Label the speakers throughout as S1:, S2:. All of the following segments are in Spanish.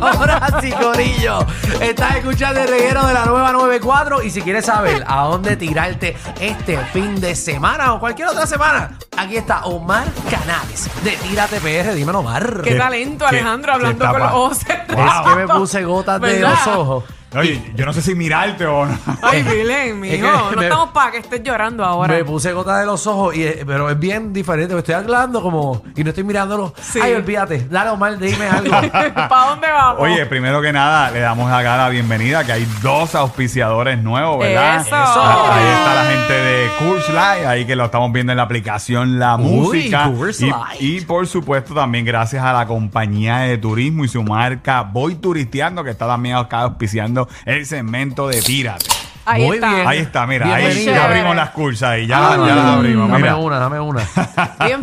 S1: Ahora sí, Corillo. Estás escuchando el reguero de la nueva 94 y si quieres saber a dónde tirarte este fin de semana o cualquier otra semana, aquí está Omar Canales de Tírate PR. Dímelo, Omar.
S2: Qué talento, Alejandro,
S3: qué
S2: hablando con los
S3: tapa?
S2: ojos
S1: es
S2: cerrados.
S1: que me puse gotas de
S2: ¿Verdad?
S1: los ojos.
S3: Oye, yo no sé si mirarte o no.
S2: Ay, Vilén,
S1: Eh, Es que
S2: mijo. No
S1: me-
S2: estamos para que estés llorando ahora.
S1: Me puse gotas de los ojos, y, eh, pero es bien diferente. Me estoy hablando como. Y no estoy mirándolo.
S2: Sí.
S1: Ay, olvídate. Dale, Omar, dime algo.
S2: ¿Para dónde vamos?
S3: Oye, primero que nada, le damos acá la bienvenida, que hay dos auspiciadores nuevos, ¿verdad?
S2: Eso.
S3: Ahí está la gente de Curse Light, ahí que lo estamos viendo en la aplicación La Música.
S1: Coors
S3: Y-
S1: Light.
S3: y, por supuesto también gracias a la compañía de turismo y su marca Voy Turisteando, que está también acá auspiciando el segmento de Tírate.
S2: ahí
S1: muy
S2: está.
S1: bien.
S3: Ahí está, mira, ahí
S1: Bienvenida.
S3: ya abrimos las cursas ahí, ya,
S1: Dame
S3: ya las abrimos.
S1: Dame
S3: mira.
S1: una, dame una.
S2: Bien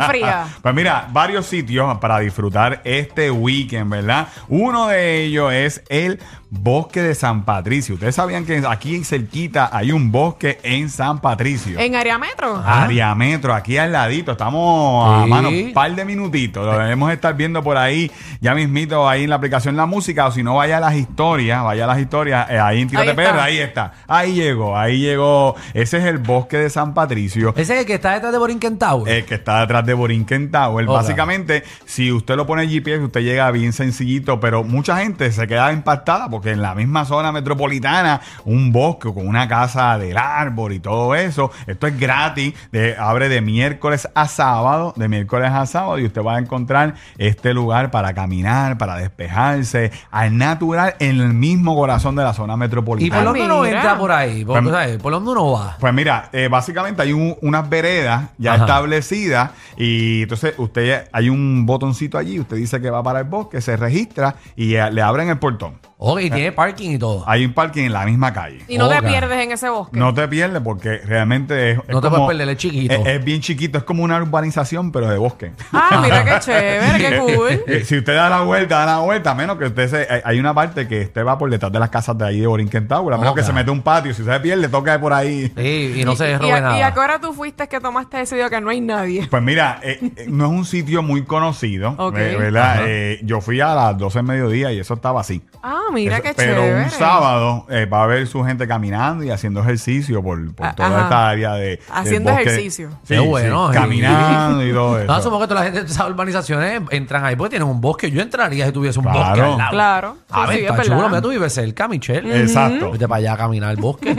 S2: fría.
S3: Pues mira, varios sitios para disfrutar este weekend, ¿verdad? Uno de ellos es el Bosque de San Patricio. Ustedes sabían que aquí cerquita hay un bosque en San Patricio.
S2: En área metro.
S1: Ah,
S3: Área Metro, aquí al ladito, estamos a
S1: Sí.
S3: mano, un par de minutitos, lo debemos estar viendo por ahí, ya mismito ahí en la aplicación La Música, o si no, vaya a las historias, vaya a las historias, eh, ahí en Tírate
S2: Ahí está.
S3: Perra, ahí está, ahí llegó, ahí llegó, ese es el bosque de San Patricio,
S1: Ese es el que está detrás de Borinquen Tower.
S2: Eh,
S3: el que está detrás de Borinquen Tower.
S1: Otra.
S3: Básicamente, si usted lo pone en GPS, usted llega bien sencillito, pero mucha gente se queda impactada porque en la misma zona metropolitana, un bosque con una casa del árbol y todo eso, esto es gratis, de- abre de miércoles a sábado, de miércoles a sábado, y usted va a encontrar este lugar para caminar, para despejarse, al natural, en el mismo corazón de la zona
S1: ¿Y
S3: metropolitana.
S1: por dónde uno
S2: Ah, mira.
S1: entra por ahí? ¿Por,
S3: Pues-
S1: ¿sabes? ¿Por dónde uno va?
S3: Pues mira, eh, básicamente hay un- unas veredas ya
S1: Ajá.
S3: establecidas y entonces usted hay un botoncito allí, usted dice que va para el bosque, se registra y eh, le abren el portón.
S1: Ok, tiene parking y todo.
S3: Hay un parking en la misma calle.
S2: Y no te
S1: Oga.
S2: pierdes en ese bosque.
S3: No te pierdes porque realmente es, es
S1: No te puedes perder, es chiquito.
S3: Es, es bien chiquito, es como una urbanización pero de bosque.
S2: Ah, mira qué chévere, qué cool.
S3: Eh, si usted da la vuelta, da la vuelta, a menos que usted se, hay- hay una parte que usted va por detrás de las casas de ahí de Borinquen Tower, a menos
S1: Ok.
S3: que se mete un patio, si usted se pierde, toca por ahí.
S1: Sí, y no se
S2: y,
S1: robe
S2: a,
S1: nada.
S2: ¿Y a qué hora tú fuiste que tomaste ese día que no hay nadie?
S3: Pues mira, eh, eh, no es un sitio muy conocido,
S2: Ok.
S3: eh,
S1: Ajá.
S3: ¿verdad? Eh, yo fui a las 12 del mediodía y eso estaba así.
S2: Ah, mira
S3: Eso-
S2: qué
S3: pero
S2: chévere.
S3: un sábado eh, va a haber su gente caminando y haciendo ejercicio por, por
S2: Ah,
S3: toda
S2: ajá.
S3: esta área de... del
S2: Haciendo
S3: bosque.
S2: ejercicio.
S1: Qué bueno, Ah, eh.
S3: Caminando y todo
S1: No, supongo que
S3: eso.
S1: toda la gente de esas urbanizaciones entran ahí porque tienen un bosque. Yo entraría si tuviese un
S3: Claro.
S1: bosque al lado.
S2: Claro.
S1: A ver,
S2: Sí, sí, es
S1: está
S2: verdad.
S1: chulo. Mira, tú vives cerca, Michelle.
S3: Exacto.
S1: Vete para allá a caminar al bosque.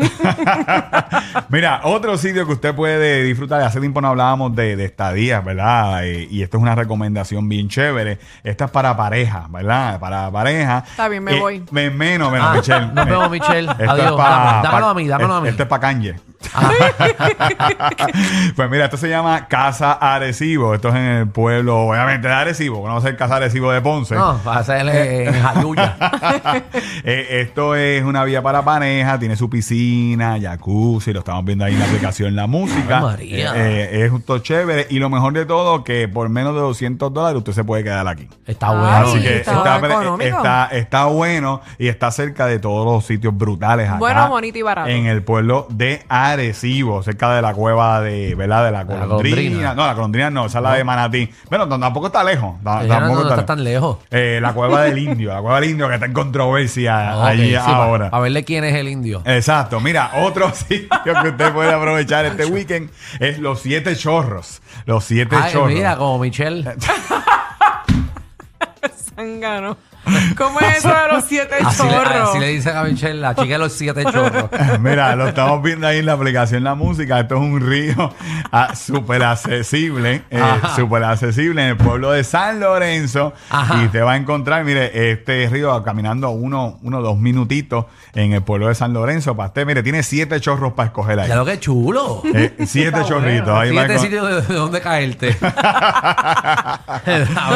S3: Mira, otro sitio que usted puede disfrutar, hace tiempo no hablábamos de, de estadías, ¿verdad? Eh, y esto es una recomendación bien chévere. Esta es para pareja, ¿verdad? Para pareja. Eh,
S2: Está bien, me voy.
S3: me- menos, menos,
S1: Ah,
S3: Michelle. eh,
S1: nos vemos, Michelle.
S3: Esto es
S1: Adiós.
S3: pa-
S1: Dame- dámelo
S3: pa- este
S1: a mí, dámelo a mí.
S3: Esto es para Kanye. pues mira, esto se llama Casa Arecibo. Esto es en el pueblo, obviamente, de Arecibo. No ser Casa Arecibo de Ponce.
S1: No, va a hacerle en Jayuya.
S3: Eh, esto es una vía para pareja, tiene su piscina, jacuzzi, lo estamos viendo ahí en la aplicación La Música.
S1: Ay, María.
S3: Eh, eh, es justo chévere y lo mejor de todo que por menos de 200 dólares usted se puede quedar aquí.
S1: Está
S2: Ay,
S1: bueno.
S3: Así que
S2: Ah, está
S3: está,
S2: económico.
S3: está- está bueno y está cerca de todos los sitios brutales acá
S2: Bueno, bonito y barato.
S3: En el pueblo de Arecibo, cerca de la cueva de, ¿verdad? De la
S1: La
S3: colondrina.
S1: Golondrina.
S3: No, la colondrina no, esa es la de Manatí. Bueno, t- tampoco está lejos. ta-
S1: Ella
S3: tampoco
S1: no, no
S3: está
S1: está tan lejos.
S3: eh, la cueva del indio, la cueva del indio que está en controversia
S1: Ah, Ok,
S3: allí
S1: sí, pues, pa-
S3: ah, ahora. Este
S1: A verle quién es el indio.
S3: Exacto, mira, otro sitio que usted puede aprovechar este weekend es los siete chorros. Los siete
S1: Ay,
S2: Este
S3: chorros.
S1: mira, como Michelle.
S2: Zángano. ¿Cómo es eso de los siete
S1: Así le,
S2: chorros?
S1: así le dicen a Michelle, la chica de los siete chorros.
S3: Mira, lo estamos viendo ahí en la aplicación La Música. Esto es un río ah, súper accesible, eh,
S1: Ajá.
S3: súper accesible en el pueblo de San Lorenzo.
S1: Ajá.
S3: Y te va a encontrar, mire, este río caminando uno, uno, dos minutitos en el pueblo de San Lorenzo. Para usted, mire, tiene siete chorros para escoger ahí.
S1: Ya lo que chulo.
S3: Eh, siete chorritos. Ahí va a
S1: Siete
S3: encon-
S1: sitios de, de donde caerte.
S2: No,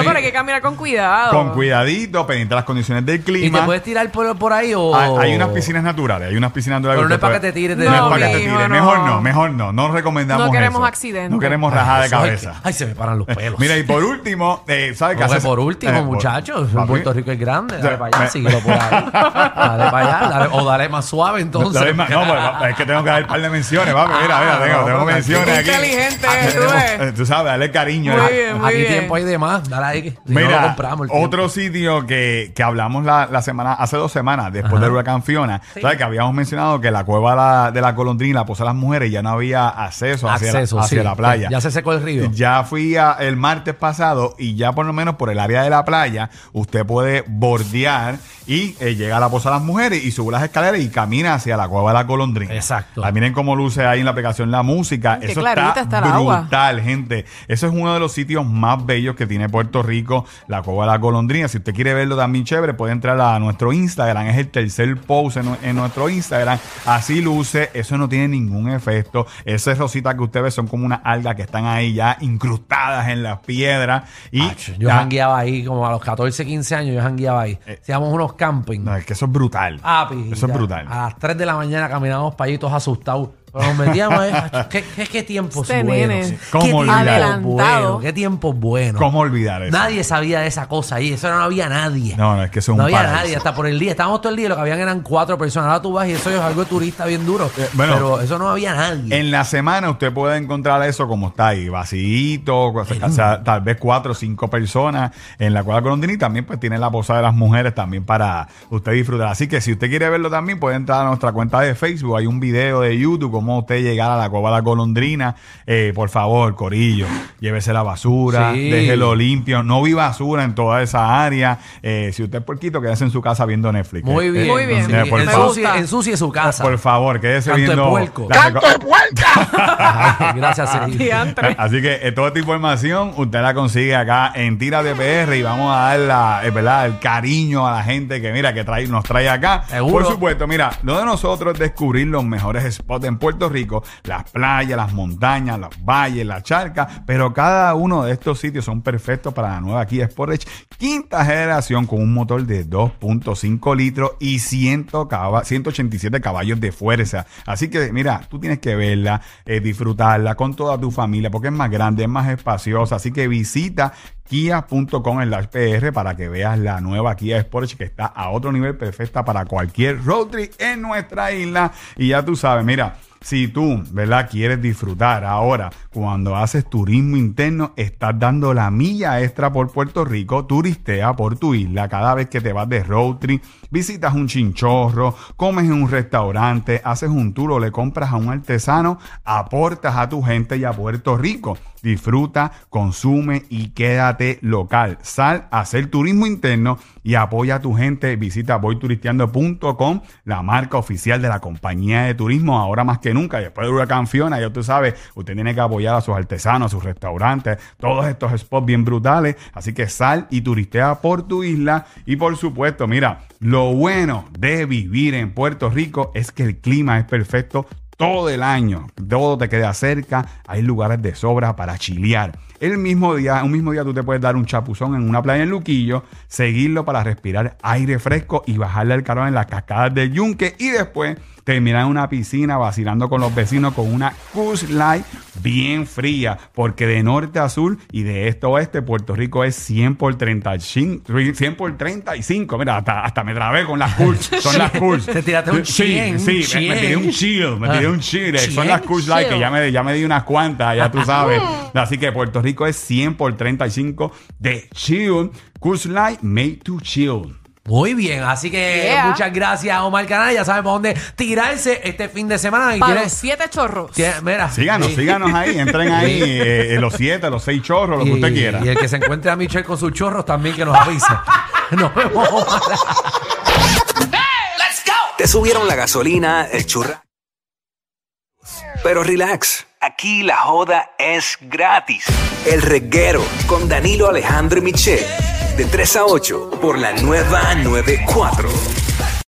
S2: pero hay que caminar con cuidado.
S3: con cuidadito, pendiente de las condiciones del
S1: ¿Y te
S3: clima.
S1: puedes tirar por, por ahí o...?
S3: Hay, hay unas piscinas naturales, hay unas piscinas naturales.
S1: Pero no
S3: usted
S1: es para que
S3: puede-
S1: te tires de-
S3: No, es
S2: No,
S3: para que te
S2: mijo,
S3: tires.
S2: no.
S3: Mejor no, mejor no. No recomendamos
S2: No queremos
S3: eso.
S2: accidentes.
S3: No queremos
S1: Ay,
S3: rajada de
S1: eso es
S3: cabeza.
S1: que- Ay, se me paran los pelos.
S3: Mira, y por último, eh, ¿sabes qué
S1: Como que
S3: haces?
S1: por último,
S3: Eh, por-
S1: muchachos,
S3: papi,
S1: Puerto Rico es grande, dale
S3: Ya,
S1: para allá,
S3: me-
S1: síguelo por ahí. Dale para allá, dale- o dale más suave
S3: No,
S1: entonces.
S3: dale más- no, pues, es que tengo que dar un par de menciones, papi. Mira, mira,
S1: Ah,
S3: tengo,
S1: no,
S3: tengo
S1: no,
S3: menciones
S2: Qué
S3: aquí.
S2: inteligente
S3: Aquí
S2: tú
S3: tenemos-
S2: eres.
S3: eh, Tú sabes, dale cariño.
S2: Muy
S3: eh.
S2: bien.
S1: Aquí tiempo hay de más, dale ahí. que- si no lo
S3: Mira,
S1: compramos el
S3: otro sitio que, que hablamos la, la semana, hace dos semanas, después del huracán Fiona, ¿sabes? Que habíamos mencionado que la cueva la- de la Colondrina, la Poza de las Mujeres, ya no había acceso hacia, la-
S1: Acceso,
S3: hacia
S1: sí.
S3: la playa.
S1: Ya se secó el río.
S3: Ya fui a- el martes pasado y ya por lo menos por el área de la playa, usted puede bordear y eh, llega a la Poza de las Mujeres y sube las escaleras y camina hacia la cueva de la Colondrina.
S1: Exacto.
S3: Ah, miren cómo luce ahí en la aplicación la música.
S2: Qué
S3: Eso
S2: clarita
S3: está,
S2: está el agua.
S3: brutal, gente. Eso es uno de los sitios más bellos que tiene Puerto Rico, la Cueva de la Golondrina. Si usted quiere verlo también chévere, puede entrar a nuestro Instagram. Es el tercer post en, en nuestro Instagram. Así luce. Eso no tiene ningún efecto. Esas rositas que usted ve son como unas algas que están ahí ya incrustadas en las piedras. Y
S1: Ach, yo
S3: ya-
S1: jangueaba ahí como a los 14, 15 años, yo jangueaba ahí.
S3: Eh.
S1: Hacíamos unos camping.
S3: No, es que eso es brutal.
S1: Papi,
S3: eso es
S1: ya,
S3: brutal.
S1: Ah, A las 3 de la mañana caminábamos para allí todos asustados. Pero nos metíamos ahí. ach, ¿Qué, qué, qué tiempos
S2: Este
S1: buenos?
S2: nene.
S3: ¿Cómo
S1: ¿Qué tiempos
S3: olvidar?
S1: buenos? ¿Qué tiempos buenos?
S3: ¿Cómo olvidar eso?
S1: Nadie sabía de esa cosa ahí. Eso no había nadie.
S3: No, no, es que eso es
S1: No
S3: un
S1: había
S3: paraíso.
S1: nadie. Hasta por el día. Estábamos todo el día y lo que habían eran cuatro personas. Ahora tú vas y eso es algo de turista bien duro.
S3: Eh, bueno.
S1: pero eso no había nadie.
S3: En la semana usted puede encontrar eso como está ahí, vacío, o sea, tal vez cuatro o cinco personas en la cueva Colondini. También pues tiene la posada de las mujeres también para usted disfrutar. Así que si usted quiere verlo también, puede entrar a nuestra cuenta de Facebook. Hay un video de YouTube, cómo usted llegar a la cueva de la golondrina. Eh, por favor, Corillo, llévese la basura,
S1: Sí.
S3: déjelo limpio. No vi basura en toda esa área. Eh, si usted es puerquito, quédese en su casa viendo Netflix.
S1: Muy
S3: Eh,
S1: bien.
S3: eh,
S2: Muy bien.
S1: Sí,
S3: eh, por
S2: Me
S3: favor.
S1: ensucie,
S2: gusta.
S1: ensucie su casa.
S3: Por favor, quédese
S1: Canto de
S3: viendo.
S1: puerco.
S3: la reco-
S1: Gracias, Sergio.
S2: Diantre.
S3: Así que eh, toda esta información usted la consigue acá en Tira de PR y vamos a dar la, eh, ¿verdad? el cariño a la gente que mira que trae, nos trae acá.
S1: Seguro.
S3: Por supuesto, mira, lo de nosotros es descubrir los mejores spots en Puerto Rico, las playas, las montañas, los valles, las charcas, pero cada uno de estos sitios son perfectos para la nueva Kia Sportage quinta generación con un motor de 2.5 litros y 100 caba- 187 caballos de fuerza. Así que mira, tú tienes que verla, eh, disfrutarla con toda tu familia porque es más grande, es más espaciosa. Así que visita kia.com en la PR para que veas la nueva Kia Sportage que está a otro nivel perfecta para cualquier road trip en nuestra isla. Y ya tú sabes, mira. Si tú, ¿verdad? Quieres disfrutar ahora, cuando haces turismo interno, estás dando la milla extra por Puerto Rico, turistea por tu isla cada vez que te vas de road trip, visitas un chinchorro, comes en un restaurante, haces un tour o le compras a un artesano, aportas a tu gente y a Puerto Rico. Disfruta, consume y quédate local. Sal a hacer turismo interno y apoya a tu gente. Visita voyturisteando.com, la marca oficial de la compañía de turismo, ahora más que nunca. Después de Huracán Fiona, ya tú sabes, usted tiene que apoyar a sus artesanos, a sus restaurantes, todos estos spots bien brutales. Así que sal y turistea por tu isla. Y por supuesto, mira, lo bueno de vivir en Puerto Rico es que el clima es perfecto todo el año. Todo te queda cerca, hay lugares de sobra para chilear. El mismo día, un mismo día tú te puedes dar un chapuzón en una playa en Luquillo, seguirlo para respirar aire fresco y bajarle el calor en las cascadas del yunque y después terminar en una piscina vacilando con los vecinos con una cruise light bien fría, porque de norte a sur y de este a oeste Puerto Rico es 100 por 35, 100 por 35. Mira, hasta, hasta me trabé con las cruise, son las cruise.
S1: Te tiraste un
S3: Sí,
S1: chin,
S3: sí, me- me,
S1: chin.
S3: tiré un chill, me tiré
S1: Ah.
S3: un chill. Eh, Son
S1: Chin,
S3: las Coors Light que
S2: chill.
S3: ya me, ya me di unas cuantas, ya tú sabes. Así que Puerto Rico es 100 por 35 de chill. Coors Light made to chill.
S1: Muy bien, así que
S2: Yeah.
S1: muchas gracias Omar Canal. Ya saben por dónde tirarse este fin de semana. Y
S2: Para
S1: tiene-
S2: los siete chorros.
S1: tiene- mira,
S3: Síganos,
S1: y-
S3: síganos ahí, entren ahí, eh, eh, los siete, los seis chorros, lo que usted quiera.
S1: Y el que se encuentre a Michelle con sus chorros también que nos avisa. Nos vemos.
S4: Te subieron la gasolina, el churra. Pero relax, aquí la joda es gratis. El reguero con Danilo Alejandro y Michel, de 3 a 8 por la nueva 94.